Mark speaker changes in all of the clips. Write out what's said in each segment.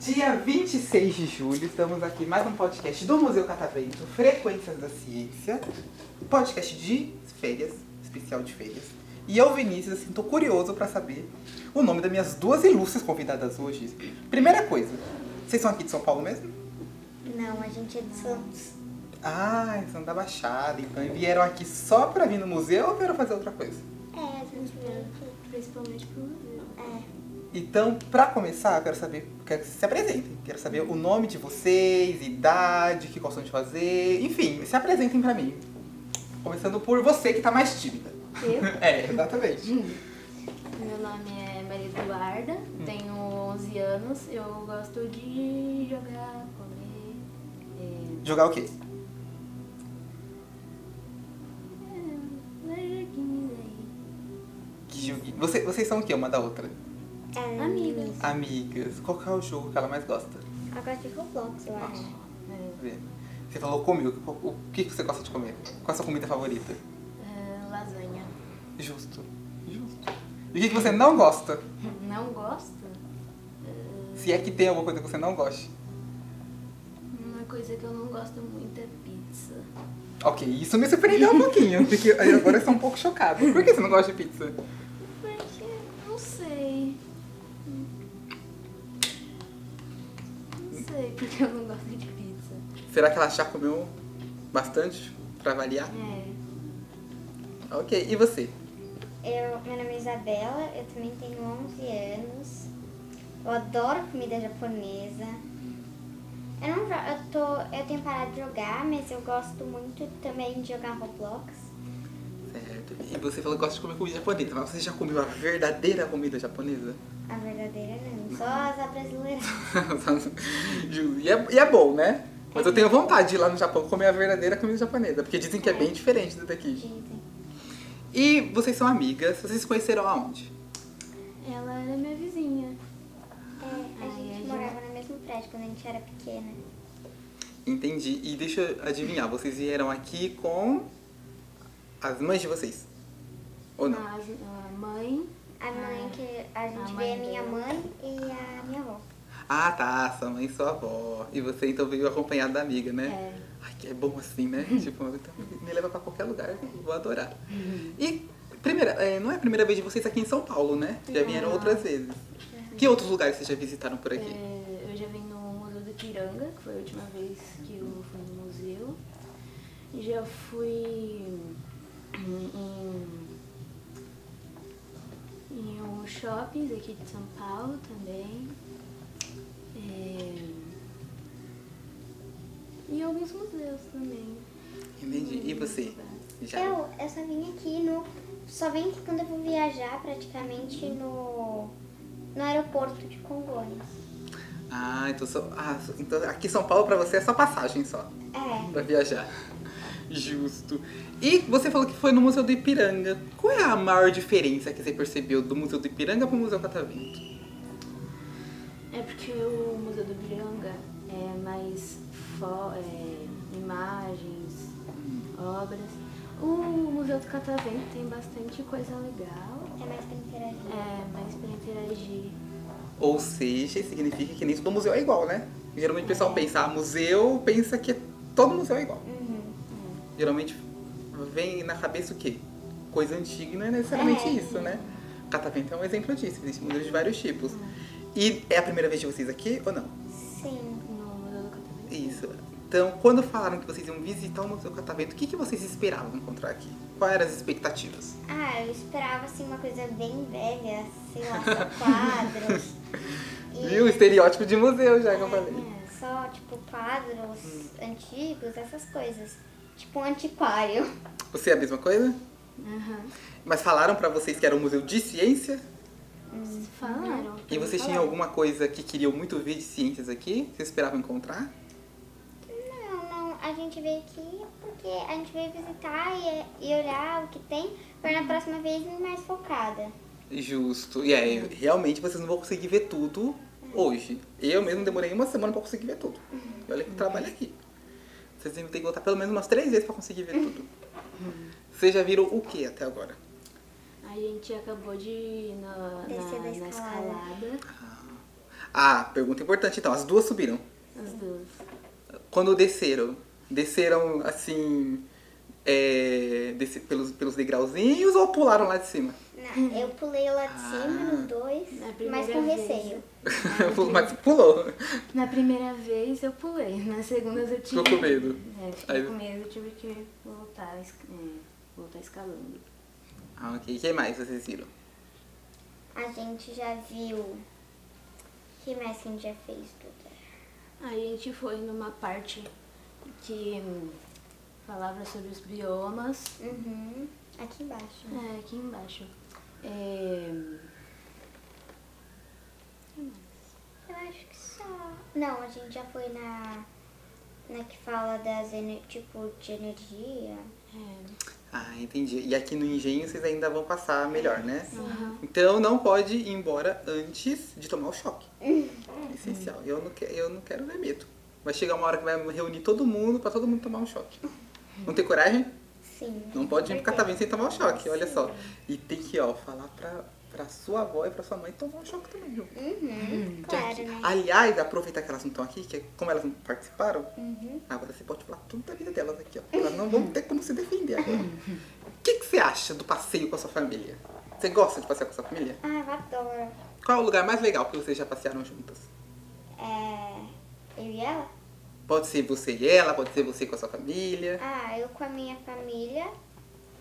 Speaker 1: Dia 26 de julho, estamos aqui mais um podcast do Museu Catavento, Frequências da Ciência, podcast de férias, especial de férias. E eu, Vinícius, assim, tô curioso pra saber o nome das minhas duas ilustres convidadas hoje. Primeira coisa, vocês são aqui de São Paulo mesmo?
Speaker 2: Não, a gente é de Santos.
Speaker 1: Ah, eles são da Baixada, então e vieram aqui só pra vir no museu ou vieram fazer outra coisa?
Speaker 2: É, a gente veio aqui principalmente pro museu. É.
Speaker 1: Então, pra começar, eu quero saber, quero que vocês se apresentem. Quero saber o nome de vocês, idade, o que gostam de fazer, enfim, se apresentem pra mim. Começando por você que tá mais tímida.
Speaker 3: Eu?
Speaker 1: É, exatamente.
Speaker 3: Meu nome é Maria Eduarda,
Speaker 1: Hum.
Speaker 3: tenho 11 anos, eu gosto de jogar, comer, é,
Speaker 1: Jogar o quê?
Speaker 3: é, né, joguinhos aí.
Speaker 1: Que jogu- Você, vocês são o quê uma da outra?
Speaker 2: é
Speaker 3: Amigos.
Speaker 1: Amigas. Qual que é o jogo que ela mais gosta?
Speaker 2: Agora de Roblox, eu acho.
Speaker 3: É,
Speaker 1: Vê. Você falou comigo, o que que você gosta de comer? Qual é a sua comida favorita?
Speaker 3: é, lasanha.
Speaker 1: Justo. Justo. E o que que você não gosta?
Speaker 3: Não gosto?
Speaker 1: Se é que tem alguma coisa que você não goste.
Speaker 3: É, Uma coisa que eu não gosto muito é pizza.
Speaker 1: Ok, isso me surpreendeu um pouquinho, porque agora eu sou um pouco chocada. Por que você não gosta de pizza?
Speaker 3: Porque, é, não sei. Não sei porque eu não gosto de pizza.
Speaker 1: Será que ela já comeu bastante pra avaliar?
Speaker 3: É,
Speaker 1: Ok, e você?
Speaker 2: Eu, meu nome é Isabela, eu também tenho 11 anos. Eu adoro comida japonesa. Eu, não, jo- eu, tô, eu tenho parado de jogar, mas eu gosto muito também de jogar Roblox.
Speaker 1: Certo. E você falou que gosta de comer comida japonesa, mas você já comeu a verdadeira comida japonesa?
Speaker 2: A verdadeira não, só as brasileiras.
Speaker 1: Ju, e, é, e é bom, né? Mas eu tenho vontade de ir lá no Japão comer a verdadeira comida japonesa, porque dizem que é bem diferente da daqui.
Speaker 2: dizem.
Speaker 1: E vocês são amigas, vocês se conheceram aonde?
Speaker 3: ela é minha vizinha.
Speaker 2: É, a
Speaker 3: Ai, a
Speaker 2: gente
Speaker 3: gente-
Speaker 2: morava no mesmo prédio quando a gente era pequena.
Speaker 1: Entendi. E deixa eu adivinhar, vocês vieram aqui com as mães de vocês? Ou não?
Speaker 3: Mas a mãe
Speaker 2: A mãe que Ah. a gente
Speaker 3: a
Speaker 2: vê é
Speaker 3: mãe
Speaker 2: minha
Speaker 3: dela.
Speaker 2: mãe e a minha avó.
Speaker 1: Ah, tá, sua mãe e sua avó. E você então veio acompanhada da amiga, né?
Speaker 3: é.
Speaker 1: Ai, que é bom assim, né? tipo, então me leva pra qualquer lugar, eu vou adorar.
Speaker 3: Uhum.
Speaker 1: E primeira, é, não é a primeira vez de vocês aqui em São Paulo, né? Já vieram
Speaker 3: Não.
Speaker 1: outras vezes. Que outros lugares vocês já visitaram por aqui?
Speaker 3: É, eu já vim no Museu do Ipiranga, que foi a última vez que eu fui no museu. Já fui em, em, em uns shoppings aqui de São Paulo também. É, e alguns museus também. É.
Speaker 1: Entendi. E você?
Speaker 3: Hum.
Speaker 1: Já?
Speaker 2: Eu, eu só vim aqui no. Só vim quando eu vou viajar praticamente no. no aeroporto de Congonhas.
Speaker 1: Ah, então, só- ah, então aqui em São Paulo pra você é só passagem só.
Speaker 2: É.
Speaker 1: Pra viajar. Justo. E você falou que foi no Museu do Ipiranga. Qual é a maior diferença que você percebeu do Museu do Ipiranga pro Museu Catavento?
Speaker 3: É porque o Museu do Ipiranga é mais fo é, imagens, obras. O Museu do Catavento tem bastante coisa legal,
Speaker 2: É mais pra interagir.
Speaker 3: é, mas para interagir.
Speaker 1: Ou seja, significa que nem todo museu é igual, né? Geralmente o pessoal pensa, ah, museu, pensa que todo museu é igual.
Speaker 2: Uhum.
Speaker 1: Geralmente vem na cabeça o quê? Coisa antiga e não é necessariamente
Speaker 2: É.
Speaker 1: isso, né? Catavento é um exemplo disso, existem museus de vários tipos.
Speaker 2: Uhum.
Speaker 1: E é a primeira vez de vocês aqui ou não?
Speaker 2: Sim.
Speaker 3: No Museu do Catavento.
Speaker 1: Isso. Então, quando falaram que vocês iam visitar o Museu Catavento, o que, que vocês esperavam encontrar aqui? Quais eram as expectativas?
Speaker 2: Ah, eu esperava assim uma coisa bem velha, sei lá, só quadros.
Speaker 1: Viu? O estereótipo de museu já que eu falei.
Speaker 3: Uhum.
Speaker 2: É, Só, tipo, quadros antigos, essas coisas. Tipo um antiquário.
Speaker 1: Você é a mesma coisa?
Speaker 3: Aham.
Speaker 1: Mas falaram pra vocês que era um museu de ciência?
Speaker 3: Uhum, Falaram.
Speaker 1: E vocês tinham alguma coisa que queriam muito ver de ciências aqui? Vocês esperavam encontrar?
Speaker 2: Não, Ah, não, a gente veio aqui porque a gente veio visitar e, e olhar o que tem pra na próxima vez ir mais focada.
Speaker 1: Justo. E aí, realmente vocês não vão conseguir ver tudo hoje. Eu mesmo demorei uma semana pra conseguir ver tudo. E olha que eu trabalho aqui. Vocês iam ter que voltar pelo menos umas três vezes pra conseguir ver tudo. Vocês já viram o que até agora?
Speaker 3: A gente acabou de ir na,
Speaker 2: Descer da
Speaker 3: na, na
Speaker 2: escalada.
Speaker 3: escalada.
Speaker 1: Ah, pergunta importante então. As duas subiram.
Speaker 3: As duas.
Speaker 1: Quando desceram, desceram assim. é, desce- pelos, pelos degrauzinhos ou pularam lá de cima?
Speaker 2: Não, eu pulei lá de cima nos dois,
Speaker 3: Ah, Na primeira
Speaker 2: mas com
Speaker 3: vez.
Speaker 2: receio.
Speaker 1: Mas pulou.
Speaker 3: Na primeira vez eu pulei, na segunda eu tive.
Speaker 1: Ficou com medo.
Speaker 3: É, fiquei
Speaker 1: Aí-
Speaker 3: com medo, eu tive que voltar, es- é, voltar escalando.
Speaker 1: Ah, ok. O que mais vocês viram?
Speaker 2: A gente já viu. O que mais que a gente já fez, Duda?
Speaker 3: A gente foi numa parte que hum, falava sobre os biomas,
Speaker 2: Uhum. Aqui embaixo. né?
Speaker 3: é, aqui embaixo. É,
Speaker 2: Eu acho que só. Não, a gente já foi na. Na que fala das ener... tipo de energia.
Speaker 3: é,
Speaker 1: Ah, entendi. E aqui no engenho vocês ainda vão passar melhor, né?
Speaker 3: aham.
Speaker 1: Então não pode ir embora antes de tomar o choque. Essencial. Eu não, que, eu não quero ver medo. Vai chegar uma hora que vai reunir todo mundo pra todo mundo tomar um choque. Não tem coragem?
Speaker 2: Sim.
Speaker 1: Não pode ir pro catavento sem tomar o choque, olha só. E tem que, ó, falar pra, pra sua avó e pra sua mãe tomar um choque também, viu?
Speaker 2: Uhum.
Speaker 3: Hum,
Speaker 1: Que
Speaker 2: Claro,
Speaker 1: aqui-
Speaker 2: né?
Speaker 1: Aliás, aproveitar que elas não estão aqui, que como elas não participaram,
Speaker 2: Uhum.
Speaker 1: agora você pode falar tudo da vida delas aqui, ó. Elas não vão ter como se defender agora. O que, que você acha do passeio com a sua família? Você gosta de passear com a sua família?
Speaker 2: Ah, eu adoro.
Speaker 1: Qual é o lugar mais legal que vocês já passearam juntas?
Speaker 2: É. Eu e ela?
Speaker 1: Pode ser você e ela, pode ser você com a sua família.
Speaker 2: Ah, eu com a minha família.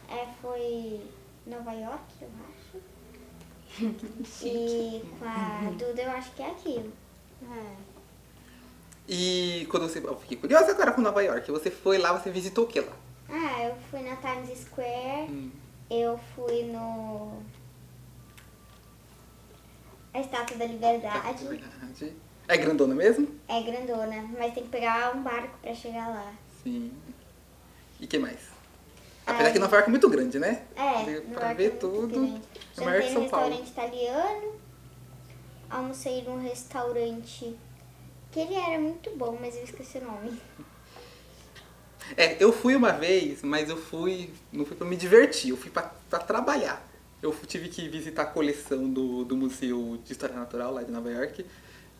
Speaker 2: É, foi Nova York, eu acho. e com a Duda, eu acho que é aquilo.
Speaker 3: É,
Speaker 1: E quando você. Eu fiquei curiosa agora com Nova York. Você foi lá, você visitou o que lá?
Speaker 2: Ah, eu fui na Times Square.
Speaker 1: Hum.
Speaker 2: Eu fui no. A Estátua da Liberdade.
Speaker 1: Verdade. É grandona mesmo?
Speaker 2: É grandona, mas tem que pegar um barco pra chegar lá.
Speaker 1: Sim. E que mais?
Speaker 2: Aí-
Speaker 1: Apesar que Nova York é muito grande, né?
Speaker 2: É,
Speaker 1: Deu
Speaker 2: Nova
Speaker 1: pra
Speaker 2: York
Speaker 1: ver
Speaker 2: é muito
Speaker 1: tudo.
Speaker 2: grande.
Speaker 1: É maior que
Speaker 2: Jantei
Speaker 1: São
Speaker 2: num
Speaker 1: Paulo.
Speaker 2: restaurante italiano. Almocei num restaurante que ele era muito bom, mas eu esqueci o nome.
Speaker 1: É, eu fui uma vez, mas eu fui. Não fui pra me divertir, eu fui pra, pra trabalhar. Eu fu- tive que visitar a coleção do, do Museu de História Natural lá de Nova York.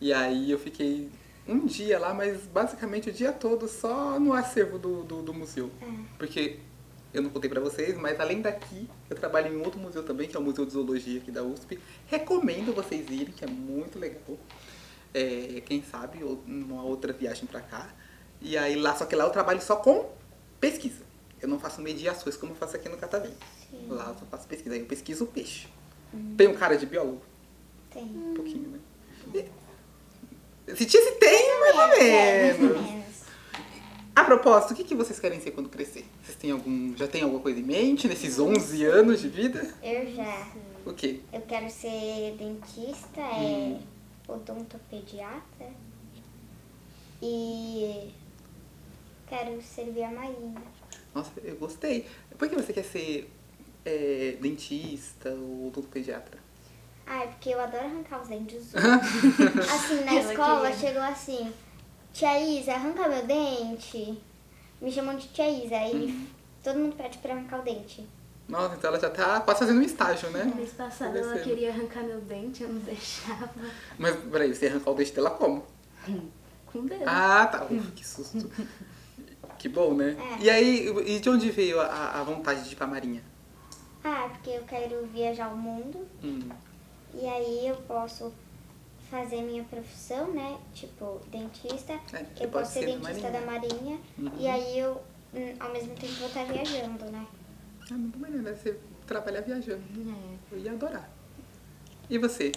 Speaker 1: E aí eu fiquei um dia lá, mas basicamente o dia todo só no acervo do, do, do museu. Porque eu não contei pra vocês, mas além daqui, eu trabalho em outro museu também, que é o Museu de Zoologia aqui da USP. Recomendo vocês irem, que é muito legal. É, quem sabe, ou- numa outra viagem pra cá. E aí lá, só que lá eu trabalho só com pesquisa. Eu não faço mediações como eu faço aqui no Catavento. Lá eu só faço pesquisa. Aí eu pesquiso o peixe. Tem um cara de biólogo?
Speaker 2: Tem.
Speaker 1: Um pouquinho, né? E- Se tinha, se tem, mais ou
Speaker 2: É, mais ou
Speaker 1: menos.
Speaker 2: menos.
Speaker 1: A propósito, o que, que vocês querem ser quando crescer? Vocês têm algum, já tem alguma coisa em mente nesses 11 anos de vida?
Speaker 2: Eu já.
Speaker 1: O quê?
Speaker 2: Eu quero ser dentista, é
Speaker 1: Hum.
Speaker 2: odontopediatra. E quero servir a Marinha.
Speaker 1: Nossa, eu gostei. Por que você quer ser é, dentista ou odontopediatra?
Speaker 2: Ah, é porque eu adoro arrancar os dentes dos outros. assim, na
Speaker 3: Ela
Speaker 2: escola
Speaker 3: queria.
Speaker 2: chegou assim, tia Isa, arranca meu dente. Me chamam de tia Isa, aí
Speaker 1: Uhum.
Speaker 2: todo mundo pede pra arrancar o dente.
Speaker 1: Nossa, então ela já tá quase fazendo um estágio, né?
Speaker 3: mês passado ela
Speaker 1: Crescendo.
Speaker 3: queria arrancar meu dente, eu não deixava.
Speaker 1: Mas peraí, você arrancar o dente dela como?
Speaker 3: Com Deus.
Speaker 1: Ah, tá. Ufa, que susto. Que bom, né?
Speaker 2: É.
Speaker 1: E aí, e de onde veio a, a vontade de ir pra marinha?
Speaker 2: Ah, é porque eu quero viajar o mundo
Speaker 1: Hum,
Speaker 2: e aí eu posso fazer minha profissão, né? Tipo, dentista.
Speaker 1: É, que
Speaker 2: eu
Speaker 1: pode
Speaker 2: posso ser
Speaker 1: ser da Uhum.
Speaker 2: dentista da Marinha. E aí eu, hum, ao mesmo tempo, vou estar viajando, né?
Speaker 1: é muito maneiro, né? Você trabalhar viajando.
Speaker 3: É.
Speaker 1: Eu ia adorar. E você?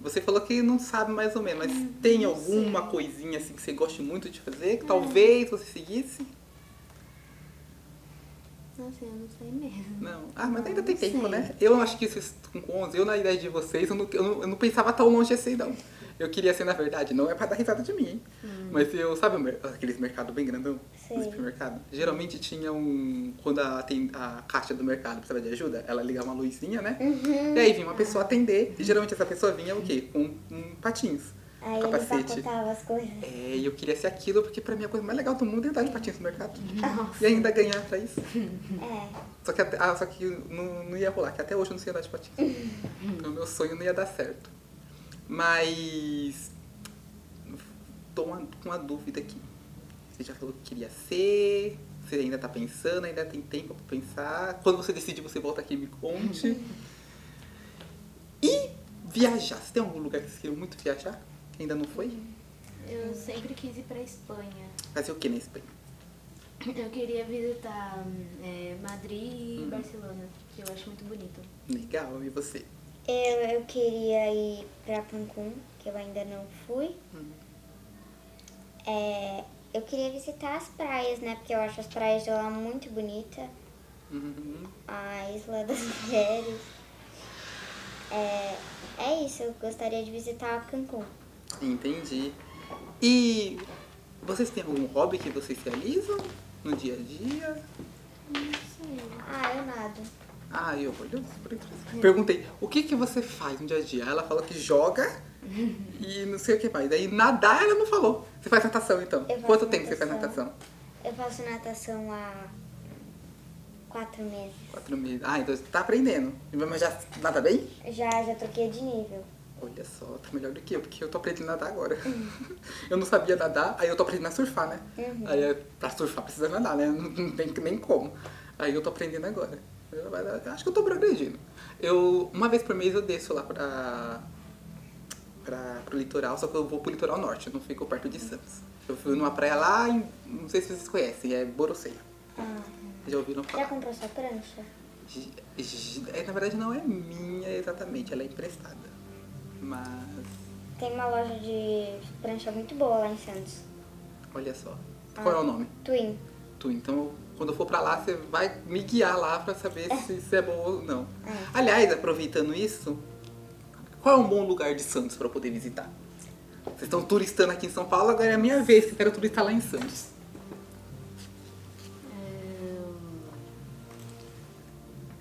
Speaker 1: Você falou que não sabe mais ou menos, mas tem alguma coisinha assim que você goste muito de fazer, que talvez você seguisse?
Speaker 3: Nossa, eu não sei mesmo.
Speaker 1: Não. Ah, mas ainda tem
Speaker 3: Não sei.
Speaker 1: tempo, né? Eu acho que vocês com 11, eu na idade de vocês, eu não, eu não, eu não pensava tão longe assim, não. Eu queria ser, na verdade, não é pra dar risada de mim, hein?
Speaker 3: Hum.
Speaker 1: Mas eu, sabe o mer- aqueles mercados bem grandão?
Speaker 2: Sei.
Speaker 1: No supermercado? Geralmente tinha um. Quando a, aten- a caixa do mercado precisava de ajuda, ela ligava uma
Speaker 3: Uhum. Ah.
Speaker 1: luzinha, né? E aí vinha uma pessoa atender, e geralmente essa pessoa vinha o quê? Com um, patins.
Speaker 2: Aí
Speaker 1: Capacete.
Speaker 2: ele empacotava as coisas.
Speaker 1: É, e eu queria ser aquilo, porque pra mim a coisa mais legal do mundo é andar de patins no mercado.
Speaker 3: Uhum.
Speaker 1: E ainda ganhar pra isso.
Speaker 2: É.
Speaker 1: Só que, até- ah, só que não, não ia rolar, que até hoje eu não sei andar de patins. então meu sonho não ia dar certo. Mas tô uma- com uma dúvida aqui. Você já falou que queria ser, você ainda tá pensando, ainda tem tempo pra pensar. Quando você decide, você volta aqui e me conte. e viajar. Você tem algum lugar que você queria muito viajar? Que ainda não foi?
Speaker 3: Eu sempre quis ir pra Espanha.
Speaker 1: Fazer o que na Espanha?
Speaker 3: Eu queria visitar é, Madrid e
Speaker 1: Uhum.
Speaker 3: Barcelona, que eu acho muito bonito.
Speaker 1: Legal, e você?
Speaker 2: Eu, eu queria ir pra Cancún, que eu ainda não fui.
Speaker 1: Hum.
Speaker 2: É, eu queria visitar as praias, né? Porque eu acho as praias de lá muito bonita.
Speaker 1: Uhum.
Speaker 2: A Isla das Mulheres. É, é isso, eu gostaria de visitar Cancún.
Speaker 1: Entendi. E vocês têm algum hobby que vocês realizam no dia a dia?
Speaker 2: Ah, eu nada.
Speaker 1: Ah, eu olho por entre- Perguntei, o que, que você faz no dia a dia? Ela falou que joga e não sei o que mais. Daí nadar ela não falou. Você faz natação então?
Speaker 2: Eu faço
Speaker 1: Quanto tempo você faz
Speaker 2: natação.
Speaker 1: natação?
Speaker 2: Eu faço natação há quatro meses.
Speaker 1: Quatro meses. Ah, então você tá aprendendo. Mas já nada bem?
Speaker 2: Já, já troquei de nível.
Speaker 1: Olha só, tá melhor do que eu, porque eu tô aprendendo a nadar agora. Eu não sabia nadar, aí eu tô aprendendo a surfar, né? Aí é, pra surfar precisa nadar, né? Não, não tem nem como. Aí eu tô aprendendo agora. Eu- eu acho que eu tô progredindo. Eu, uma vez por mês eu desço lá pra, pra, pro litoral, só que eu vou pro litoral norte, eu não fico perto de Santos. Eu fui numa praia lá, em- não sei se vocês conhecem, é Boroceia.
Speaker 2: Ah.
Speaker 1: Já ouviram falar?
Speaker 2: Já comprou sua prancha?
Speaker 1: Gi- gi- é, Na verdade não é minha exatamente, ela é emprestada. Mas...
Speaker 2: Tem uma loja de prancha muito boa lá em Santos.
Speaker 1: Olha só. Qual é o nome?
Speaker 2: Twin.
Speaker 1: Tu. Então, quando eu for pra lá, você vai me guiar lá pra saber se isso é bom ou não. Aliás, aproveitando isso, qual é um bom lugar de Santos pra eu poder visitar? Vocês estão turistando aqui em São Paulo, agora é a minha vez que eu quero turistar lá em Santos.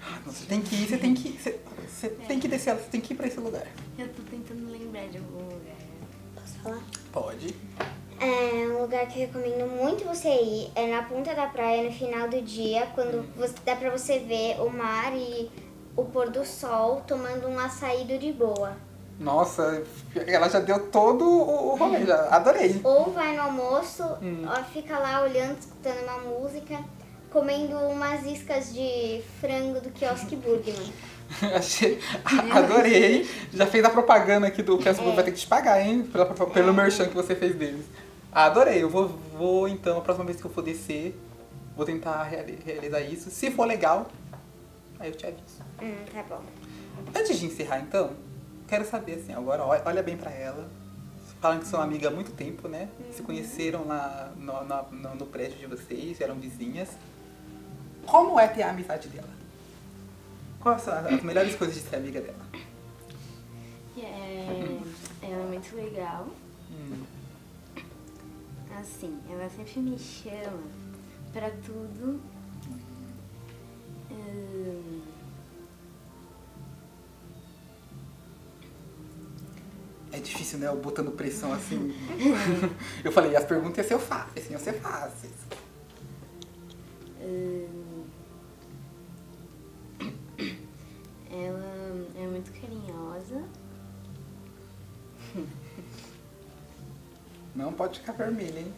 Speaker 1: Ah, não, É. Você tem que ir, você tem que ir, você, você tem que descer, você tem que ir pra esse lugar.
Speaker 3: Eu tô tentando lembrar de algum lugar.
Speaker 2: Posso falar?
Speaker 1: Pode.
Speaker 2: É um lugar que eu recomendo muito você ir. É na ponta da praia, no final do dia, quando você- dá pra você ver o mar e o pôr do sol tomando um açaí do de boa.
Speaker 1: Nossa, ela já deu todo o o rolê, já adorei.
Speaker 2: Ou vai no almoço, ó, fica lá olhando, escutando uma música, comendo umas iscas de frango do quiosque Burgman.
Speaker 1: Achei, a- adorei. Já fez a propaganda aqui do Facebook, vai ter que te pagar, hein? Pela, propa- pelo merchan que você fez deles. Ah, adorei. Eu vou, vou, então, a próxima vez que eu for descer, vou tentar reali- realizar isso. Se for legal, aí eu te aviso.
Speaker 2: Hum, tá bom.
Speaker 1: Antes de encerrar, então, quero saber, assim, agora ó- olha bem pra ela. Falam que são amiga há muito tempo, né? Se conheceram lá no, no- no- no prédio de vocês, eram vizinhas. Como é ter a amizade dela? Quais são as as melhores coisas de ser amiga dela?
Speaker 3: E é, ela é muito legal.
Speaker 1: Hum,
Speaker 3: Assim, ela sempre me chama pra tudo. Ahn.
Speaker 1: É difícil, né? Eu botando pressão assim. eu assim, falei, as perguntas iam ser fáceis, iam ser fáceis.
Speaker 3: Ahn. Ela é muito carinhosa.
Speaker 1: Não pode ficar vermelha, hein?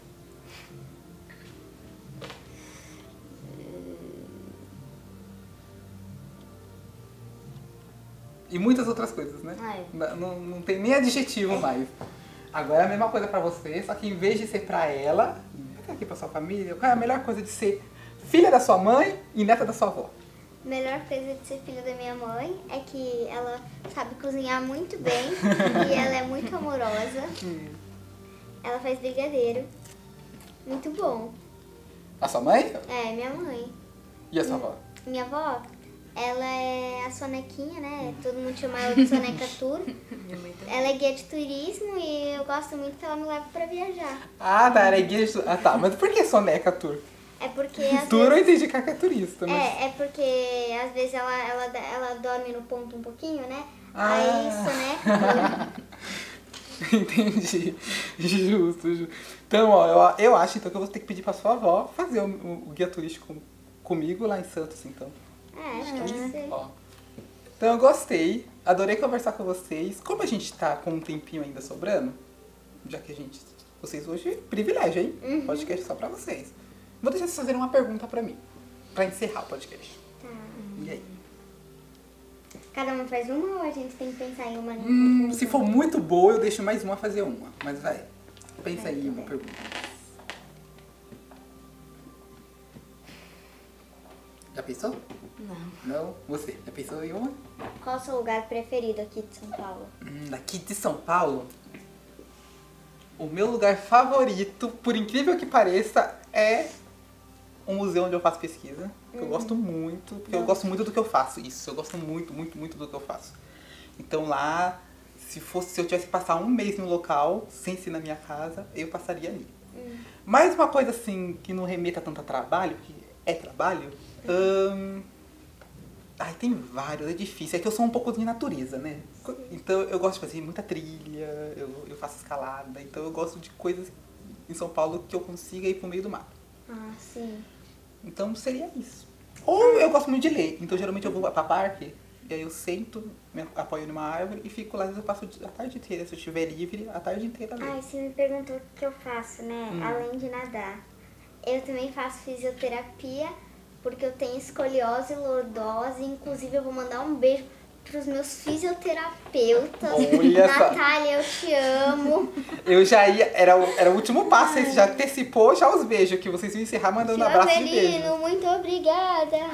Speaker 1: E muitas outras coisas, né?
Speaker 3: Ah, é.
Speaker 1: N- Não, não tem nem adjetivo mais. Agora é a mesma coisa pra você, só que em vez de ser pra ela, fica aqui pra sua família, qual é a melhor coisa de ser filha da sua mãe e neta da sua avó?
Speaker 2: melhor coisa de ser filha da minha mãe é que ela sabe cozinhar muito bem e ela é muito amorosa. Ela faz brigadeiro. Muito bom.
Speaker 1: A sua mãe
Speaker 2: É, minha mãe.
Speaker 1: e a sua avó?
Speaker 2: Minha avó, ela é a sonequinha, né? Todo mundo chama ela de Soneca Tour.
Speaker 3: Minha mãe também.
Speaker 2: Ela é guia de turismo e eu gosto muito que ela me leva pra viajar.
Speaker 1: Ah, tá, era igreja. Ah, tá, mas por que soneca tour?
Speaker 2: É porque às
Speaker 1: Tour eu
Speaker 2: vezes...
Speaker 1: entendi que é turista, mas.
Speaker 2: É, é porque às vezes ela, ela, ela dorme no ponto um pouquinho, né?
Speaker 1: Ah.
Speaker 2: Aí soneca.
Speaker 1: Entendi. Justo, justo. Então, ó, eu, eu acho então que eu vou ter que pedir pra sua avó fazer o, o- o guia turístico comigo lá em Santos, então.
Speaker 2: Ah, acho que pode ser.
Speaker 1: Ó. Então eu gostei, adorei conversar com vocês. Como a gente tá com um tempinho ainda sobrando, já que a gente. Vocês hoje, privilégio, hein? Podcast só pra vocês. Vou deixar vocês fazerem uma pergunta pra mim, pra encerrar o podcast. E aí?
Speaker 2: Cada uma faz uma ou a gente tem que pensar em uma? né?
Speaker 1: Hum, se for muito boa, eu deixo mais uma fazer uma. Mas vai. Pensa aí em uma pergunta. Já pensou?
Speaker 3: Não.
Speaker 1: Não? Você, já pensou em uma?
Speaker 2: Qual o seu lugar preferido aqui de São Paulo?
Speaker 1: Hum, Daqui de São Paulo, o meu lugar favorito, por incrível que pareça, é um museu onde eu faço pesquisa. Que eu gosto muito, porque eu gosto muito do que eu faço. Isso, eu gosto muito, muito, muito do que eu faço. Então lá, se fosse, se eu tivesse que passar um mês no local, sem ser na minha casa, eu passaria ali. Mais uma coisa assim que não remeta tanto a trabalho, que é trabalho. hum, ahn, Ai, tem vários, é difícil. É que eu sou um pouco de natureza, né? Co- Então eu gosto de fazer muita trilha, eu, eu faço escalada, então eu gosto de coisas em São Paulo que eu consiga ir pro meio do mato.
Speaker 2: Ah, sim.
Speaker 1: Então seria isso. Ou eu gosto muito de ler, então geralmente eu vou pra parque, e aí eu sento, me apoio numa árvore e fico lá, às vezes eu passo a tarde inteira, se eu estiver livre, a tarde inteira
Speaker 2: Ai,
Speaker 1: lendo.
Speaker 2: você me perguntou o que eu faço, né?
Speaker 1: Hum.
Speaker 2: Além de nadar. Eu também faço fisioterapia, porque eu tenho escoliose, lordose. Inclusive, eu vou mandar um beijo pros meus fisioterapeutas.
Speaker 1: Olha só.
Speaker 2: Natália, eu te amo.
Speaker 1: Eu já ia, era o, era o último passo, vocês já antecipou já os beijos, que vocês iam encerrar mandando um abraço de beijo.
Speaker 2: Fiorelino, muito obrigada.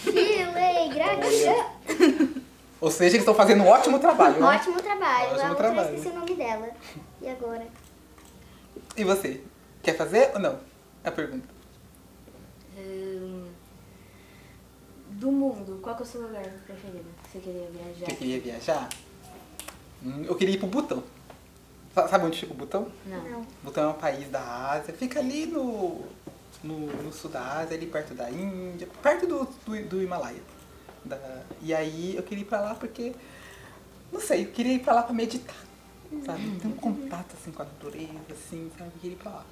Speaker 2: Filei, gratidão.
Speaker 1: Ou seja, eles estão fazendo um ótimo trabalho, né?
Speaker 2: Ótimo trabalho.
Speaker 1: Ótimo
Speaker 2: a outra
Speaker 1: trabalho.
Speaker 2: eu esqueci o nome dela. E agora?
Speaker 1: E você? Quer fazer ou não? A pergunta.
Speaker 3: Hum, do mundo, qual que é o seu lugar preferido? que Você queria viajar?
Speaker 1: Que eu queria viajar? Hum, eu queria ir pro Butão. Sa- Sabe onde fica o Butão?
Speaker 3: Não.
Speaker 2: Não.
Speaker 1: Butão é um país da Ásia. Fica ali no, no, no sul da Ásia, ali perto da Índia, perto do, do, do Himalaia. Da- e aí eu queria ir pra lá porque, não sei, eu queria ir pra lá pra meditar. Sabe? Ter um contato assim com a natureza, assim, sabe? Eu queria ir pra lá.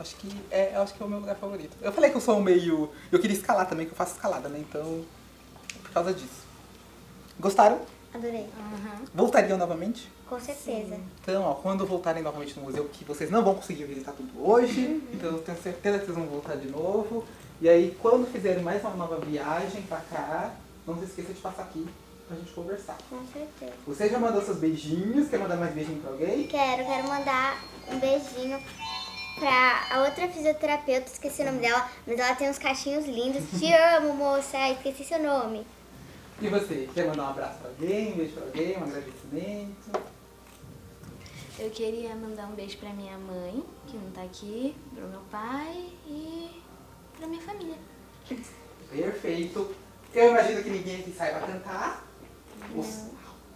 Speaker 1: Acho que é, eu acho que é o meu lugar favorito. Eu falei que eu sou um meio. Eu queria escalar também, que eu faço escalada, né? Então, por causa disso. Gostaram?
Speaker 2: Adorei.
Speaker 3: Aham.
Speaker 1: Voltariam novamente?
Speaker 2: Com certeza.
Speaker 1: Então, ó, quando voltarem novamente no museu, que vocês não vão conseguir visitar tudo hoje, então eu tenho certeza que vocês vão voltar de novo. E aí, quando fizerem mais uma nova viagem pra cá, não se esqueça de passar aqui pra gente conversar.
Speaker 2: Com certeza.
Speaker 1: Você já mandou seus beijinhos? Quer mandar mais beijinho pra alguém?
Speaker 2: Quero, quero mandar um beijinho pra a outra fisioterapeuta, esqueci o nome dela, mas ela tem uns cachinhos lindos. Te amo, moça, Ai, esqueci seu nome.
Speaker 1: E você? Quer mandar um abraço pra alguém? Um beijo pra alguém? Um agradecimento?
Speaker 3: Eu queria mandar um beijo pra minha mãe, que não tá aqui, pro meu pai e pra minha família.
Speaker 1: Perfeito. Eu imagino que ninguém aqui saiba cantar. Nossa,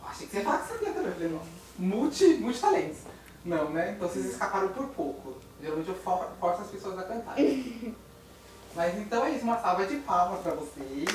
Speaker 1: achei que você ia falar que sabia também. Eu falei, não. Multi, multitalentos. Não, né? Então vocês escaparam por pouco. Geralmente eu for- forço as pessoas a cantarem. Mas então é isso, uma salva de palmas pra vocês.